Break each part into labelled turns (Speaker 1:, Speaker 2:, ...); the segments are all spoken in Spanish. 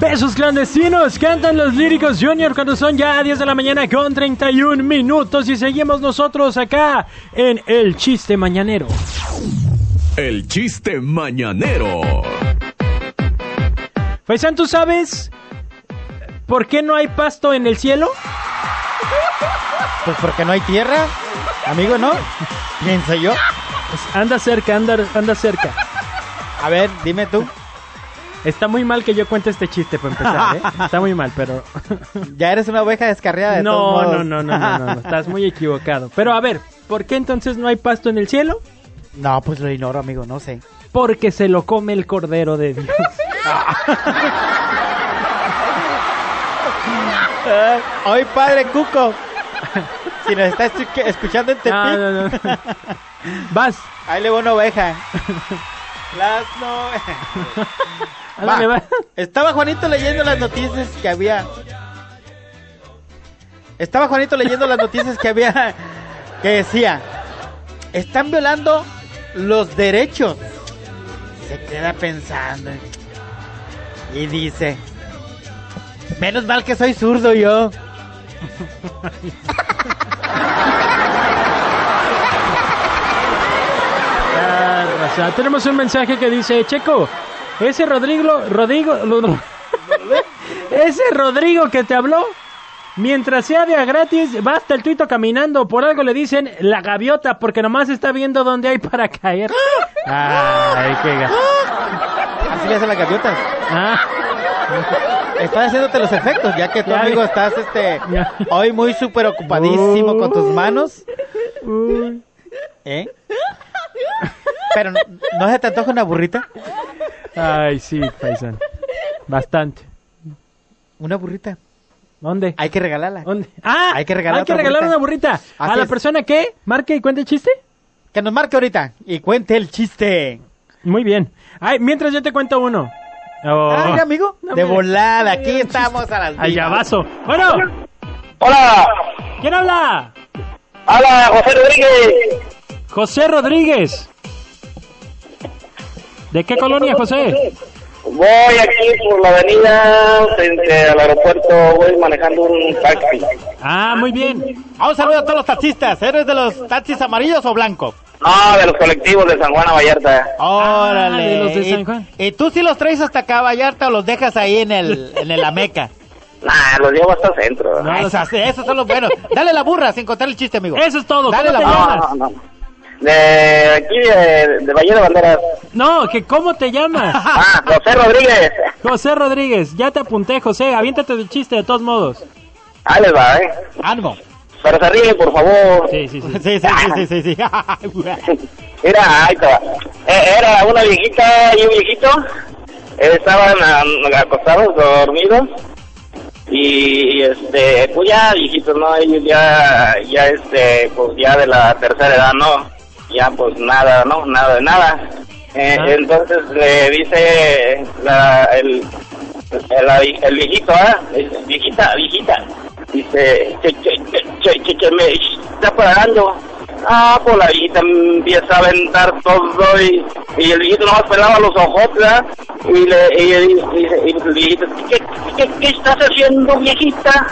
Speaker 1: Payasos clandestinos cantan los líricos Junior cuando son ya 10 de la mañana con 31 minutos y seguimos nosotros acá en El Chiste Mañanero.
Speaker 2: El chiste mañanero.
Speaker 1: Faisán, ¿tú sabes por qué no hay pasto en el cielo?
Speaker 3: Pues porque no hay tierra, amigo, ¿no? Pienso yo.
Speaker 1: Pues Anda cerca, anda, anda cerca.
Speaker 3: A ver, dime tú.
Speaker 1: Está muy mal que yo cuente este chiste para empezar, ¿eh? Está muy mal, pero...
Speaker 3: Ya eres una oveja descarriada de todos
Speaker 1: No,
Speaker 3: modos.
Speaker 1: no, no, no, no, no, no, estás muy equivocado. Pero a ver, ¿por qué entonces no hay pasto en el cielo?
Speaker 3: No, pues lo ignoro, amigo, no sé.
Speaker 1: Porque se lo come el Cordero de Dios.
Speaker 3: Hoy, padre Cuco. Si nos estás escu- escuchando en Tepic,
Speaker 1: No, no, no. Vas,
Speaker 3: ahí le va una oveja. Las no...
Speaker 1: ándale,
Speaker 3: Va.
Speaker 1: Ah, va.
Speaker 3: Estaba Juanito leyendo las noticias que había. Estaba Juanito leyendo las noticias que había. Que decía: Están violando los derechos. Se queda pensando. Y dice: Menos mal que soy zurdo yo.
Speaker 1: Ah, raza. Tenemos un mensaje que dice, Checo, ese Rodrigo, Rodrigo, lo- lo- ese Rodrigo que te habló, mientras sea de a gratis, va hasta el tuito caminando, por algo le dicen la gaviota, porque nomás está viendo dónde hay para caer. Ay, qué ga-
Speaker 3: Así le hacen las gaviotas.
Speaker 1: Ah,
Speaker 3: Están haciéndote los efectos, ya que tu
Speaker 1: Ya,
Speaker 3: amigo
Speaker 1: ya.
Speaker 3: estás este,
Speaker 1: Ya.
Speaker 3: hoy muy súper ocupadísimo con tus manos.
Speaker 1: uy.
Speaker 3: ¿Eh? Pero no, ¿no se te antoja una burrita.
Speaker 1: Ay, sí, paisán. Bastante.
Speaker 3: Una burrita.
Speaker 1: ¿Dónde?
Speaker 3: Hay que regalarla.
Speaker 1: ¿Dónde? Ah,
Speaker 3: Hay que regalar otra
Speaker 1: regalar
Speaker 3: burrita.
Speaker 1: una burrita. a
Speaker 3: Así
Speaker 1: la
Speaker 3: es.
Speaker 1: persona que marque y cuente el chiste.
Speaker 3: Que nos marque ahorita y cuente el chiste.
Speaker 1: Muy bien. Ay, mientras yo te cuento uno. Oh.
Speaker 3: Ah, mira, amigo.
Speaker 1: No
Speaker 3: de
Speaker 1: me-
Speaker 3: volada. Aquí estamos a las
Speaker 1: Allá
Speaker 3: vivas.
Speaker 1: vaso. Bueno,
Speaker 4: Hola,
Speaker 1: ¿quién habla?
Speaker 4: hola José Rodríguez.
Speaker 1: José Rodríguez. ¿De qué colonia, José?
Speaker 4: Voy aquí por la avenida frente al aeropuerto, voy manejando un taxi.
Speaker 1: Ah, muy bien.
Speaker 3: Ah, un saludo a todos los taxistas. ¿Eres de los taxis amarillos o blancos?
Speaker 4: No, de los colectivos de San Juana Vallarta.
Speaker 3: Órale.
Speaker 1: de los de
Speaker 3: Y-
Speaker 1: San Juan.
Speaker 3: ¿Y, tú sí los traes hasta acá, Vallarta, o los dejas ahí en el, en el Ameca?
Speaker 4: Nah, los llevo hasta el centro.
Speaker 1: No,
Speaker 3: Ah, esas- esos son los buenos. Dale la burra sin contar el chiste, amigo.
Speaker 1: Eso es todo.
Speaker 3: Dale la
Speaker 1: ¿Cómo te
Speaker 3: mano.
Speaker 4: No,
Speaker 1: llamas?
Speaker 4: no, no. De aquí, de, de Valle de Banderas.
Speaker 1: No, que cómo te llamas.
Speaker 4: Ah, José Rodríguez.
Speaker 1: José Rodríguez, ya te apunté, José. Aviéntate el chiste de todos modos.
Speaker 4: Ahí les va, ¿eh?
Speaker 3: Ánimo.
Speaker 4: Pero se ríen, por favor.
Speaker 1: Sí, sí, sí.
Speaker 3: Sí, sí, sí, sí, sí. sí.
Speaker 4: Era, ahí te va. Eh, Era una viejita y un viejito. eh, Estaban ah, acostados, dormidos. Y, y, este, pues ya viejitos, ¿no? Ellos ya, ya, este, pues ya de la tercera edad, ¿no? Ya, pues nada, ¿no? Nada de nada. Eh,
Speaker 1: Ah.
Speaker 4: Entonces le dice la, el, el, el- el viejito, ¿ah? Dice, Viejita, viejita. Dice, que, que, que, que, que- que me está pagando. Ah, pues la viejita empieza a aventar todo y, y el viejito nomás pelaba los ojos, ¿verdad? Y le y, le dice- y, dice- y el viejito, ¿qué, qué, qué estás haciendo, viejita?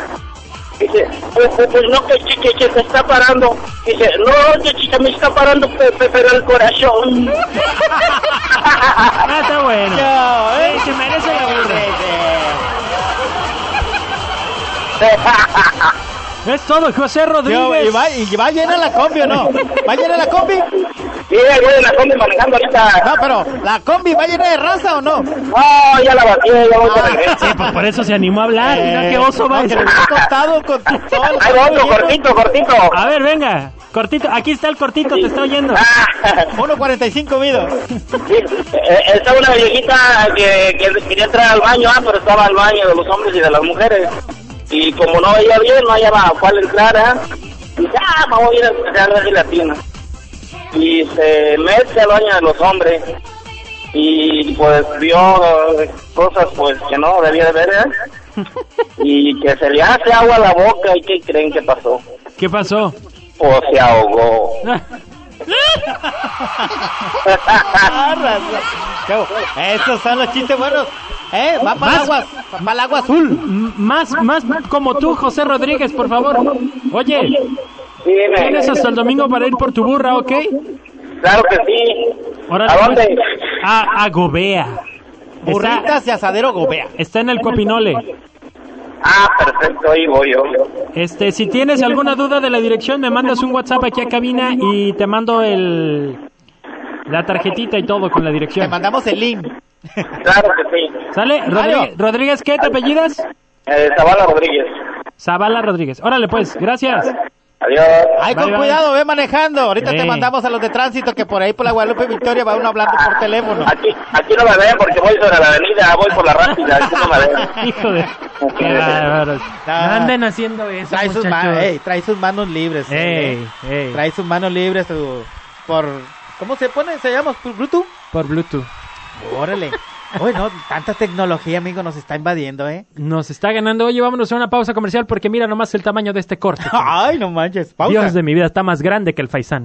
Speaker 4: Dice, pues, pues, pues, no, que, que, que, que te está parando. Dice, no, que, que me está parando, pe- pe- pero el corazón.
Speaker 1: Ah, está bueno.
Speaker 3: Yo, ¿eh?
Speaker 1: Sí, se merece la burra. Es todo, José
Speaker 3: Yo,
Speaker 1: Rodríguez.
Speaker 3: y, va, y va llena la combi o no? ¿Va llena la combi?
Speaker 4: Sí, el güey en la combi manejando
Speaker 3: No,
Speaker 4: ahorita.
Speaker 3: pero ¿la combi va llena de raza o no?
Speaker 4: No, ya la batí, ya voy para
Speaker 1: Sí, pues por eso se animó a hablar. Ah, Mira qué oso
Speaker 3: Eh,
Speaker 1: va.
Speaker 3: no, que le está costado con tu todo.
Speaker 4: Ahí va otro, cortito, cortito.
Speaker 1: A ver, venga. Cortito, aquí está el cortito, te está oyendo.
Speaker 4: Ah,
Speaker 3: 1.45 mido.
Speaker 4: sí, eh, estaba una viejita que, que quería entrar al baño, ah, pero estaba al baño de los hombres y de las mujeres. Y como no veía bien, no hallaba a cuál entrar, ah. Dice, ah, vamos a ir a entrar de latina. Y se mete al baño de los hombres. Y pues vio eh, cosas pues que no debía de ver, ¿eh? Y que se le hace agua a la boca y ¿qué creen que pasó?
Speaker 1: ¿Qué pasó?
Speaker 4: O se ahogó.
Speaker 3: Ah, raza. Qué bu- Esos son los chistes buenos. ¿Eh? Va para el agua, va para el agua azul.
Speaker 1: M- Más, más como tú, José Rodríguez, por favor. Oye,
Speaker 4: Dime.
Speaker 1: tienes hasta el domingo para ir por tu burra, ¿ok?
Speaker 4: Claro que sí.
Speaker 1: Órale,
Speaker 4: ¿A
Speaker 1: pues.
Speaker 4: dónde?
Speaker 1: A, a Gobea. Está,
Speaker 3: Burritas y asadero gobea.
Speaker 1: está en el Copinole.
Speaker 4: Ah, perfecto, ahí voy yo.
Speaker 1: Este, si tienes alguna duda de la dirección, me mandas un WhatsApp aquí a cabina y te mando el la tarjetita y todo con la
Speaker 3: Te
Speaker 1: dirección.
Speaker 3: mandamos el link.
Speaker 4: Claro que sí.
Speaker 1: ¿Sale? Rodríguez, Rodríguez, ¿qué te apellidas?
Speaker 4: Eh, Zavala Rodríguez.
Speaker 1: Zavala Rodríguez. Órale, pues, gracias.
Speaker 4: Adiós.
Speaker 3: Ay,
Speaker 1: Bye,
Speaker 3: con
Speaker 1: bye.
Speaker 3: cuidado, ve manejando. Ahorita
Speaker 1: Sí.
Speaker 3: te mandamos a los de tránsito que por ahí por la Guadalupe Victoria va uno hablando por teléfono.
Speaker 4: Aquí, aquí no me ven porque voy sobre la avenida, voy por la rápida, aquí no me ven.
Speaker 1: Hijo de. Qué bárbaros. No anden haciendo eso.
Speaker 3: Trae sus, ma-
Speaker 1: muchachos.
Speaker 3: ey, trae sus manos libres. eh.
Speaker 1: Ey, ey.
Speaker 3: Trae sus manos libres su- por... ¿Cómo se pone? ¿Se llama? ¿Por Bluetooth?
Speaker 1: Por Bluetooth.
Speaker 3: Órale. Oye, no, tanta tecnología, amigo, nos está invadiendo, ¿eh?
Speaker 1: Nos está ganando. Oye, vámonos a una pausa comercial porque mira nomás el tamaño de este corte.
Speaker 3: Ay, no manches. Pausa.
Speaker 1: Dios de mi vida, está más grande que el Faisán.